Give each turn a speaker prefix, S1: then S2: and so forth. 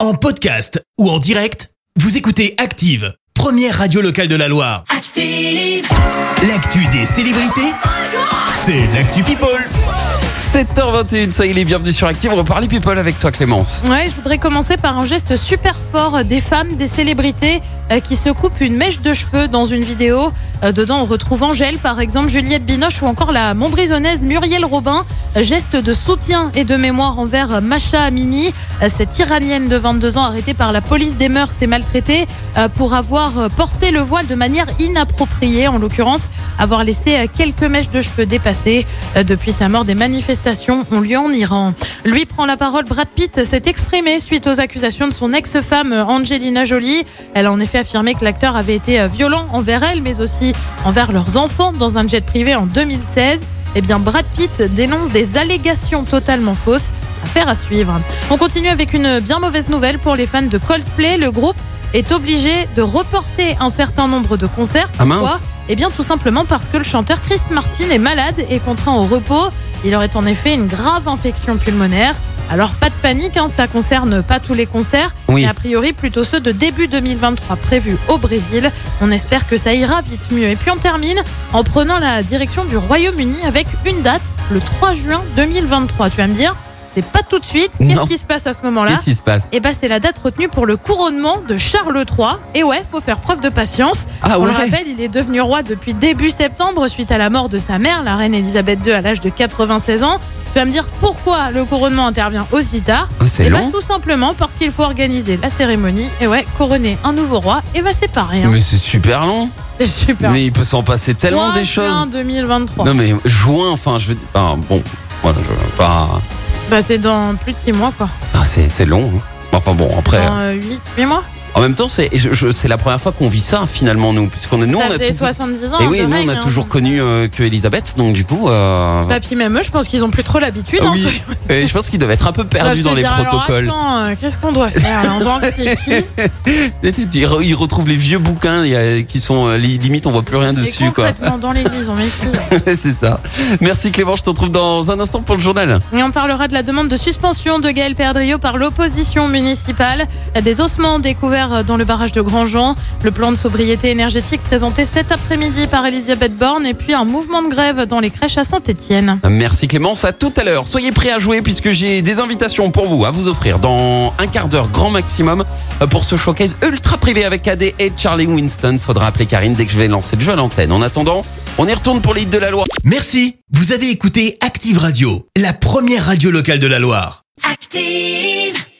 S1: En podcast ou en direct, vous écoutez Active, première radio locale de la Loire.
S2: Active,
S1: L'actu des célébrités, c'est l'actu People.
S3: 7h21, ça il est bienvenue sur Active. On va parler people avec toi Clémence.
S4: Ouais, je voudrais commencer par un geste super fort des femmes, des célébrités euh, qui se coupent une mèche de cheveux dans une vidéo. Euh, dedans, on retrouve Angèle, par exemple, Juliette Binoche ou encore la montbrisonnaise Muriel Robin. Euh, Geste de soutien et de mémoire envers euh, Macha Amini, euh, cette iranienne de 22 ans arrêtée par la police des mœurs et maltraitée euh, pour avoir euh, porté le voile de manière inappropriée, en l'occurrence, avoir laissé euh, quelques mèches de cheveux dépassées. Euh, Depuis sa mort, des manifestations ont lieu en Iran. Lui prend la parole. Brad Pitt s'est exprimé suite aux accusations de son ex-femme euh, Angelina Jolie. Elle a en effet affirmé que l'acteur avait été euh, violent envers elle, mais aussi envers leurs enfants dans un jet privé en 2016. Eh bien, Brad Pitt dénonce des allégations totalement fausses. Affaire à suivre. On continue avec une bien mauvaise nouvelle pour les fans de Coldplay. Le groupe est obligé de reporter un certain nombre de concerts.
S3: Ah mince.
S4: Pourquoi eh bien, tout simplement parce que le chanteur Chris Martin est malade et contraint au repos. Il aurait en effet une grave infection pulmonaire. Alors, pas de panique, hein, ça concerne pas tous les concerts,
S3: Oui.
S4: mais a priori plutôt ceux de début 2023 prévus au Brésil. On espère que ça ira vite mieux. Et puis, on termine en prenant la direction du Royaume-Uni avec une date, le 3 juin 2023. Tu vas me dire, c'est pas tout de suite.
S3: Non.
S4: Qu'est-ce qui se passe à ce moment-là
S3: Qu'est-ce qui se passe
S4: Eh ben, c'est la date retenue pour le couronnement de Charles III. Et ouais, faut faire preuve de patience.
S3: Ah
S4: On
S3: ouais
S4: le rappelle, il est devenu roi depuis début septembre suite à la mort de sa mère, la reine Elisabeth II, à l'âge de 96 ans. Tu vas me dire pourquoi le couronnement intervient aussi tard
S3: Oh, C'est
S4: Eh ben,
S3: long.
S4: tout simplement parce qu'il faut organiser la cérémonie et ouais, couronner un nouveau roi. Et bah c'est pas rien.
S3: Mais c'est super long.
S4: C'est super.
S3: Mais il peut s'en passer tellement
S4: Juin,
S3: des
S4: juin
S3: choses.
S4: 2023.
S3: Non mais juin, enfin je veux dire. enfin, bon, voilà, je veux pas.
S4: Bah c'est dans plus de 6 mois quoi.
S3: Ah, c'est c'est long. hein. Enfin bon, après.
S4: Dans 8, mois.
S3: En même temps, c'est je- je- c'est la première fois qu'on vit ça finalement nous, puisqu'on est nous
S4: ça
S3: on a.
S4: faisait
S3: tout-
S4: 70 ans.
S3: Et oui,
S4: de
S3: nous on
S4: règne,
S3: a
S4: hein.
S3: toujours connu euh, que Elisabeth, donc du coup. euh,
S4: Bah puis même eux, je pense qu'ils ont plus trop l'habitude.
S3: ah
S4: hein,
S3: oui.
S4: ce-
S3: Et je pense qu'ils doivent être un peu
S4: Ils
S3: perdus
S4: doivent
S3: dans
S4: se
S3: les
S4: dire, alors,
S3: protocoles.
S4: attends, euh, Qu'est-ce qu'on doit faire là On doit inviter qui
S3: Ils re- ils retrouvent les vieux bouquins il y a- qui sont euh, li- limite on voit plus rien
S4: Et
S3: dessus quoi.
S4: concrètement, dans l'église, on m'écrit.
S3: C'est ça. Merci Clément, je te retrouve dans un instant pour le journal.
S4: Et on parlera de la demande de suspension de Gaël Perdriau par l'opposition municipale. Des ossements découverts dans le barrage de Grandjean. Le plan de sobriété énergétique présenté cet après-midi par Elisabeth Borne. Et puis un mouvement de grève dans les crèches à Saint-Etienne.
S3: Merci Clémence, à tout à l'heure. Soyez prêts à jouer puisque j'ai des invitations pour vous à vous offrir dans un quart d'heure grand maximum euh, pour ce showcase ultra privé avec AD et Charlie Winston. Faudra appeler Karine dès que je vais lancer le jeu à l'antenne. En attendant, on y retourne pour l'île de la loi.
S1: Merci, vous avez écouté Active Radio, la première radio locale de la Loire.
S2: active.